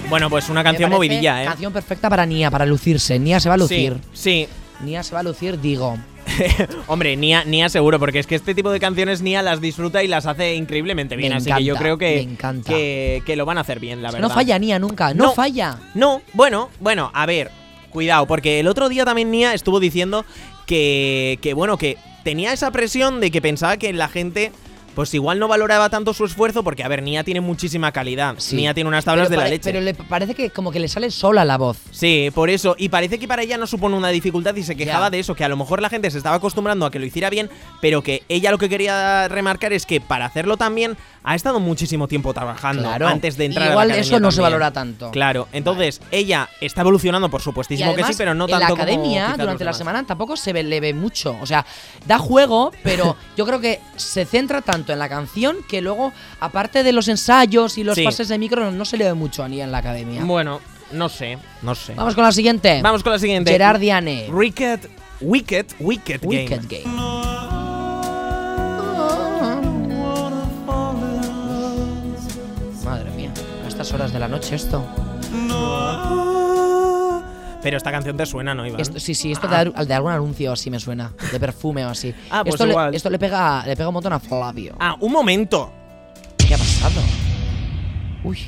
B: Bueno, pues una canción movidilla, ¿eh?
A: Canción perfecta para Nia, para lucirse. Nia se va a lucir.
B: Sí,
A: Nia se va a lucir, digo.
B: sí. Hombre, Nia, Nia seguro, porque es que este tipo de canciones Nia las disfruta y las hace increíblemente bien.
A: Me
B: así que yo
A: encanta,
B: creo que,
A: me encanta.
B: que, que lo van a hacer bien, la
A: Es que
B: verdad.
A: no falla Nia nunca, no,
B: No.
A: falla.
B: No, bueno, bueno, a ver, cuidado, porque el otro día también Nia estuvo diciendo que, que, bueno, que tenía esa presión de que pensaba que la gente, pues igual no valoraba tanto su esfuerzo, porque, a ver, Nia tiene muchísima calidad.
A: Sí.
B: Nia tiene unas tablas
A: Pero
B: de la
A: pare-
B: leche.
A: Pero le parece que como que le sale sola la voz.
B: Sí, por eso. Y parece que para ella no supone una dificultad y se quejaba
A: Ya.
B: de eso, que a lo mejor la gente se estaba acostumbrando a que lo hiciera bien, pero que ella lo que quería remarcar es que para hacerlo tan bien ha estado muchísimo tiempo trabajando
A: Claro.
B: antes de entrar
A: Igual
B: a la
A: eso
B: academia
A: no se
B: también.
A: valora tanto.
B: Claro, entonces ella está evolucionando, por
A: Y
B: supuestísimo
A: además,
B: que sí, pero no
A: en
B: tanto
A: la
B: como
A: academia
B: quizás los
A: durante la
B: demás.
A: semana tampoco se ve- le ve mucho. O sea, da juego, pero yo creo que se centra tanto en la canción que luego, aparte de los ensayos y los
B: Sí.
A: pases de micro, no se le ve mucho a Nia en la academia.
B: Bueno, no sé, no sé.
A: Vamos con la siguiente.
B: Vamos con la siguiente.
A: Gerard Diane.
B: Wicked, Wicked, Wicked,
A: Wicked
B: Game.
A: Game. Madre mía, a estas horas de la noche esto.
B: Pero esta canción te suena, ¿no, Iván?
A: Esto- sí, sí, esto de, al- de algún anuncio así me suena, de perfume o así.
B: Ah, pues
A: esto,
B: igual.
A: Le, esto le pega, le pega un montón a Flavio.
B: Ah, un momento.
A: ¿Qué ha pasado? Uy,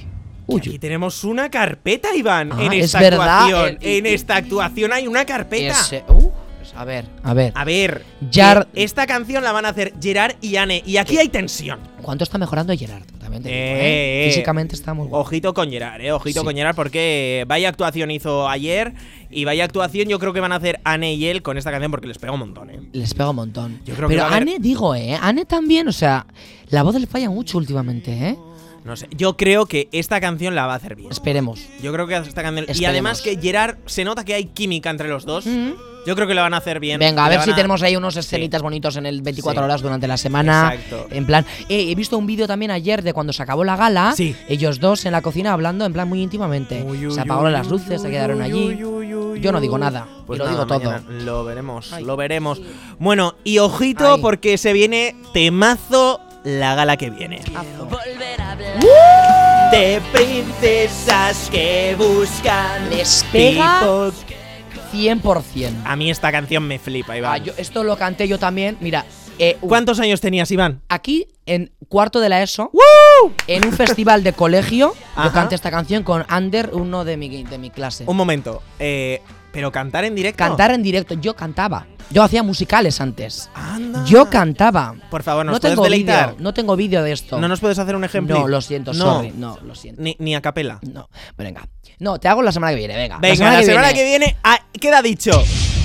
A: uy,
B: Aquí tenemos una carpeta, Iván.
A: Ah,
B: en
A: es
B: esta
A: verdad,
B: actuación.
A: el-
B: en esta actuación hay una carpeta.
A: ese- uh, pues a ver, a ver.
B: A ver,
A: Jar-
B: que esta canción la van a hacer Gerard y Anne. Y aquí hay tensión.
A: ¿Cuánto está mejorando Gerard? También te digo,
B: Eh,
A: ¿eh?
B: eh,
A: Físicamente está muy bueno.
B: Ojito con Gerard, eh. Ojito
A: Sí.
B: con Gerard, porque vaya actuación hizo ayer. Y vaya actuación yo creo que van a hacer Anne y él con esta canción porque les pega un montón, eh.
A: Les pega un montón.
B: Yo creo que
A: Pero
B: va a haber-
A: Anne, digo, ¿eh? Anne también, o sea, la voz le falla mucho últimamente, ¿eh?
B: No sé. Yo creo que esta canción la va a hacer bien.
A: Esperemos.
B: Yo creo que esta canción. Y
A: Esperemos.
B: además que Gerard se nota que hay química entre los dos.
A: Mm.
B: Yo creo que la van a hacer bien.
A: Venga, a
B: Le
A: ver
B: van
A: si tenemos ahí unos
B: Sí.
A: escenitas bonitos en el 24
B: Sí.
A: horas durante la semana.
B: Exacto.
A: En plan, eh, he visto un vídeo también ayer de cuando se acabó la gala.
B: Sí.
A: Ellos dos en la cocina hablando en plan muy íntimamente.
B: Uy, uy,
A: se apagaron
B: uy,
A: las
B: uy,
A: luces, se
B: uy,
A: quedaron
B: uy,
A: allí.
B: uy, uy, uy,
A: Yo no
B: uy,
A: digo
B: uy.
A: nada, y
B: Pues
A: lo
B: nada,
A: digo todo.
B: mañana Lo veremos,
A: Ay.
B: lo veremos. Bueno, y ojito
A: Ay.
B: porque se viene temazo la gala que viene.
A: Ah.
B: De princesas que buscan
A: Les pega.
B: tipos.
A: 100%.
B: A mí esta canción me flipa, Iván.
A: Ah, yo- esto lo canté yo también. Mira, eh, u-
B: ¿Cuántos años tenías, Iván?
A: aquí en cuarto de la ESO, en un festival de colegio,
B: Ajá.
A: yo canté esta canción con Ander, uno de mi, de mi clase.
B: Un momento. eh, Pero cantar en directo.
A: Cantar en directo. Yo cantaba. Yo hacía musicales antes.
B: Anda.
A: Yo cantaba.
B: Por favor, ¿nos
A: no
B: puedes
A: tengo
B: deleitar?
A: vídeo. No tengo vídeo de esto.
B: ¿No nos puedes hacer un ejemplo?
A: No, lo siento,
B: No.
A: sorry. No, lo siento.
B: Ni, ni a capela.
A: No, venga. No, te hago la semana que viene, venga.
B: Venga, la semana que viene, ah, queda dicho.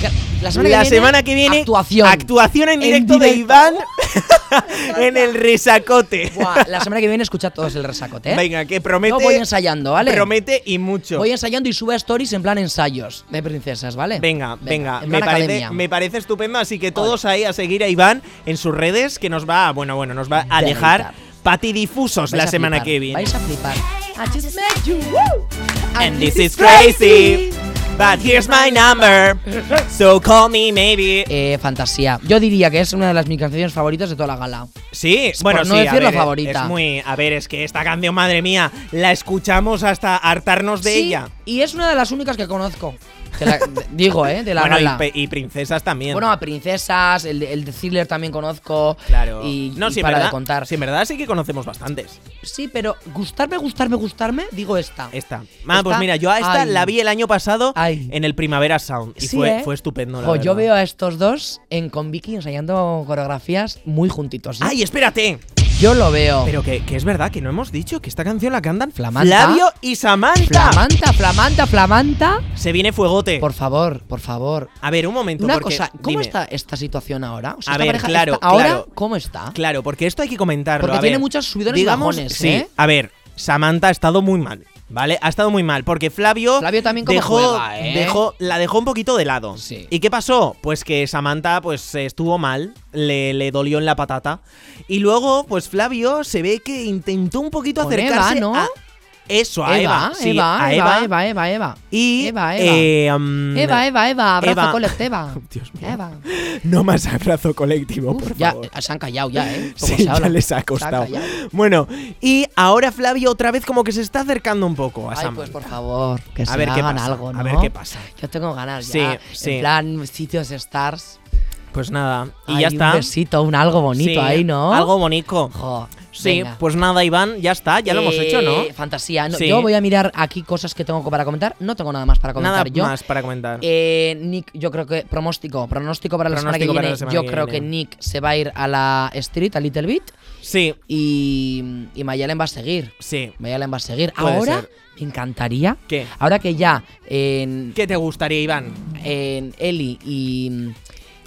A: Que- La semana que
B: La
A: viene,
B: semana que viene,
A: actuación.
B: actuación en directo, de Iván en el resacote.
A: Buah, la semana que viene escucha todos el resacote, ¿eh?
B: Venga, que promete.
A: No voy ensayando, ¿vale?
B: Promete y mucho.
A: Voy ensayando y sube stories en plan ensayos de princesas, ¿vale?
B: Venga, venga,
A: en
B: me,
A: plan
B: parece,
A: academia.
B: me parece estupendo, así que todos ahí a seguir a Iván en sus redes, que nos va, a- bueno, bueno, nos va a dejar
A: Deleitar.
B: patidifusos
A: Vais
B: la
A: a
B: semana
A: flipar,
B: que viene.
A: Vais a flipar.
B: And this is crazy, but here's my number, so call me maybe.
A: Eh, fantasía. Yo diría que es una de las mis canciones favoritas de toda la gala.
B: Sí, bueno,
A: por no
B: sí, a
A: decir la
B: ver, es-
A: favorita.
B: Es muy, a ver, es que esta canción, madre mía, la escuchamos hasta hartarnos Pues de
A: Sí,
B: ella.
A: Y es una de las únicas que conozco. De la- de- digo, ¿eh? De la
B: bueno, y
A: gala.
B: pe- y, princesas también.
A: Bueno, a princesas, el, de- el de thriller también conozco.
B: claro.
A: Y,
B: no,
A: y
B: sí, en
A: para
B: verdad,
A: de contar.
B: sí, en verdad sí que conocemos bastantes.
A: Sí, pero gustarme, gustarme, gustarme, digo esta.
B: Esta. Ah, pues
A: Esta-
B: mira, yo a esta
A: ay.
B: la vi el año pasado
A: Ay.
B: en el Primavera Sound. Y
A: Sí,
B: fue,
A: ¿eh?
B: fue estupendo. La
A: Jo, yo veo
B: verdad.
A: a estos dos en con Vicky ensayando coreografías muy juntitos. ¿eh?
B: ¡Ay, espérate!
A: yo lo veo.
B: Pero que, que es verdad que no hemos dicho que esta canción la cantan
A: Flamanta.
B: Flavio y Samantha.
A: Flamanta, flamanta, flamanta.
B: Se viene fuegote.
A: Por favor, por favor.
B: A ver, un momento.
A: Una
B: porque-
A: cosa, ¿cómo
B: dime.
A: está esta situación ahora? O sea,
B: A
A: esta
B: ver,
A: pareja
B: claro,
A: está- ahora,
B: claro.
A: ¿cómo está?
B: Claro, porque esto hay que comentarlo.
A: Ah. Porque
B: a
A: tiene
B: ver.
A: muchos subidones y
B: Digamos,
A: bajones,
B: sí.
A: ¿eh?
B: A ver, Samantha ha estado muy mal, ¿vale? Ha estado muy mal porque Flavio,
A: Flavio también como
B: dejó,
A: juega, ¿eh?
B: dejó- la dejó un poquito de lado.
A: Sí.
B: ¿Y qué pasó? Pues que Samantha pues estuvo mal, le, le dolió en la patata y luego pues Flavio se ve que intentó un poquito
A: Con
B: acercarse
A: Eva, ¿no?
B: a eso, a Eva, sí,
A: Eva,
B: a
A: Eva, Eva, Eva, Eva.
B: Y
A: Eva, Eva.
B: eh, mm,
A: Eva, Eva, Eva, abrazo
B: Eva.
A: colectiva.
B: Dios mío.
A: Eva.
B: No más abrazo colectivo,
A: Uf,
B: por
A: ya
B: favor.
A: eh, se han callado ya, ¿eh? Como
B: Sí,
A: se
B: ya
A: habla.
B: les ha
A: Se han
B: costado.
A: callado.
B: Bueno, y ahora Flavio otra vez como que se está acercando un poco a
A: Ay,
B: Samantha.
A: pues por favor, que
B: A
A: se
B: ver qué
A: hagan
B: pasa,
A: algo,
B: a
A: ¿no?
B: ver qué pasa.
A: Yo tengo ganas
B: Sí,
A: ya.
B: sí.
A: En plan, sitios stars.
B: Pues nada, y
A: Ay,
B: ya
A: Un
B: está.
A: besito, un algo bonito
B: Sí,
A: ahí, ¿no?
B: Algo bonito.
A: Jo,
B: Sí,
A: venga.
B: pues nada, Iván, ya está, ya lo hemos
A: Eh,
B: hecho, ¿no?
A: Fantasía. No,
B: Sí.
A: Yo voy a mirar aquí cosas que tengo para comentar. No tengo nada más para
B: Nada
A: comentar yo.
B: más para comentar.
A: Eh, Nick, yo creo que pronóstico, pronóstico para la semana que
B: Pronóstico para
A: viene.
B: la semana
A: yo
B: que
A: creo
B: viene.
A: que Nick se va a ir a la street, a Little Bit,
B: sí,
A: y, y Mayalen va a seguir.
B: sí.
A: Mayalen va a seguir.
B: Puede
A: Ahora
B: ser.
A: me encantaría.
B: ¿Qué?
A: Ahora que ya eh, en,
B: ¿Qué te gustaría, Iván?
A: en Eli y,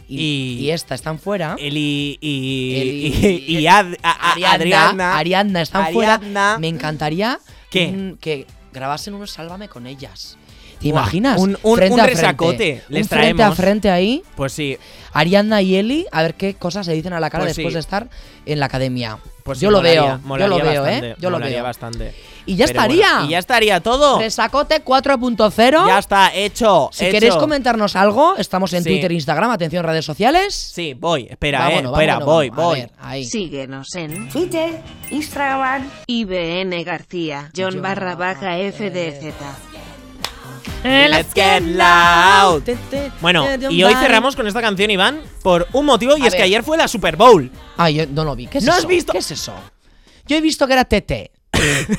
A: y,
B: Y-
A: y esta están fuera.
B: Eli y,
A: Eli-
B: ¿Ah? y, y Ad- a- a-
A: Ariadna,
B: Adriana.
A: Ariadna están
B: Ariadna.
A: fuera. Me encantaría
B: ¿Qué?
A: mm, que grabasen unos Sálvame con ellas. ¿Te
B: Buah,
A: imaginas?
B: un- un-
A: Frente
B: un
A: a frente.
B: resacote, les
A: Un frente a
B: traemos.
A: frente ahí.
B: Pues sí,
A: Ariadna y Eli, a ver qué cosas se dicen a la cara
B: Pues sí.
A: después de estar en la academia.
B: pues sí,
A: yo, lo
B: molaría,
A: veo, yo
B: molaría
A: lo veo,
B: bastante,
A: ¿eh? Yo lo
B: molaría
A: veo.
B: bastante.
A: Y ya
B: Pero
A: estaría.
B: bueno, y ya estaría todo.
A: Resacote 4.0.
B: Ya está, hecho.
A: Si
B: hecho.
A: queréis comentarnos algo, estamos en
B: Sí.
A: Twitter, Instagram, atención redes sociales.
B: Sí, voy, espera,
A: Vámonos,
B: eh. Espera,
A: vámonos,
B: voy,
A: vámonos.
B: voy.
A: A ver, ahí.
F: Síguenos en
G: Twitter, Instagram.
F: IBN García, John barra baja FDZ.
B: Eh, Let's get loud. Bueno, y hoy cerramos con esta canción, Iván, por un motivo y
A: A
B: es que
A: ver.
B: ayer fue la Super Bowl.
A: Ah, yo no lo vi. ¿Qué es
B: ¿No
A: eso?
B: has visto?
A: ¿Qué es eso? Yo he visto que era TT.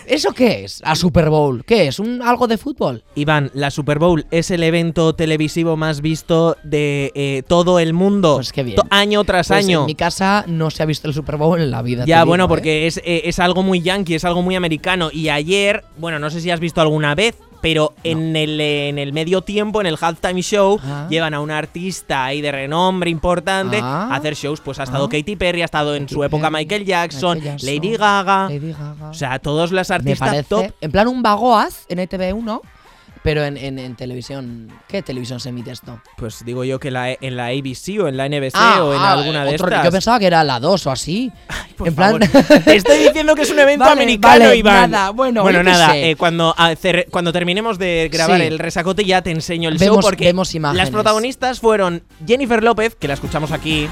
A: ¿Eso qué es? La Super Bowl. ¿Qué es? ¿Un algo de fútbol?
B: Iván, la Super Bowl es el evento televisivo más visto de eh, todo el mundo.
A: Pues qué bien.
B: To- Año tras
A: Pues
B: año.
A: En mi casa no se ha visto el Super Bowl en la vida. te
B: Ya,
A: digo,
B: bueno,
A: ¿eh?
B: porque es, eh, es algo muy yankee, es algo muy americano. Y ayer, bueno, no sé si has visto alguna vez, pero en, el, eh, en el medio tiempo, en el halftime show,
A: Ah.
B: llevan a un artista ahí de renombre importante
A: Ah.
B: a hacer shows. Pues ha estado
A: Ah.
B: Katy Perry, ha estado en
A: Katy
B: su época
A: Perry,
B: Michael Jackson,
A: Michael Jackson,
B: Lady Gaga.
A: Lady Gaga.
B: O sea, todos los
A: me
B: artistas
A: parece.
B: top.
A: En plan un bagoaz en E ETV1, pero en, en- en televisión. ¿Qué televisión se emite esto?
B: Pues digo yo que la, en la ABC o en la NBC
A: Ah,
B: o en
A: ah,
B: alguna de
A: otro-
B: estas.
A: Yo pensaba que era la 2 o así.
B: Por
A: en plan.
B: favor. Te estoy diciendo que es un evento
A: Vale,
B: americano,
A: vale,
B: Iván.
A: nada, bueno, yo qué
B: nada.
A: sé.
B: eh, cuando, hacer- cuando terminemos de grabar
A: Sí.
B: el resacote ya te enseño el show
A: Vemos-
B: porque
A: vemos imágenes.
B: las protagonistas fueron Jennifer López, que la escuchamos aquí,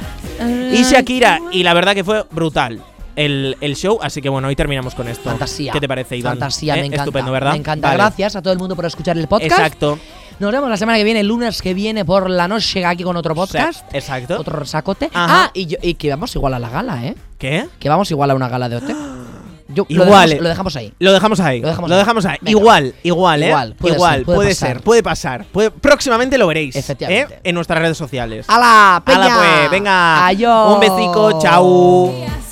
B: y Shakira. Y la verdad que fue brutal. El, el show, así que bueno, hoy terminamos con esto.
A: Fantasía.
B: ¿Qué te parece, Iván?
A: Fantasía,
B: Eh,
A: me encanta.
B: Estupendo, ¿verdad?
A: Me encanta.
B: Vale.
A: Gracias a todo el mundo por escuchar el podcast.
B: Exacto.
A: Nos vemos la semana que viene, el lunes que viene por la noche aquí con otro podcast.
B: Sí, exacto.
A: Otro sacote.
B: Ajá.
A: Ah, y, yo- y que vamos igual a la gala, ¿eh?
B: ¿Qué?
A: Que vamos igual a una gala de OT. Yo Yo, lo, dejamos,
B: Igual, eh.
A: lo dejamos ahí.
B: Lo dejamos ahí.
A: Lo dejamos
B: Lo
A: ahí.
B: dejamos ahí.
A: Venga.
B: Igual, igual, ¿eh?
A: Igual, puede
B: Igual,
A: ser, puede
B: puede
A: pasar.
B: ser, puede pasar. Puede- próximamente lo veréis. ¿eh?
A: Efectivamente.
B: En nuestras redes sociales.
A: ¡Hala, peña!
B: Hala, pues, venga.
A: Adiós.
B: Un besico, chao.
D: Yes.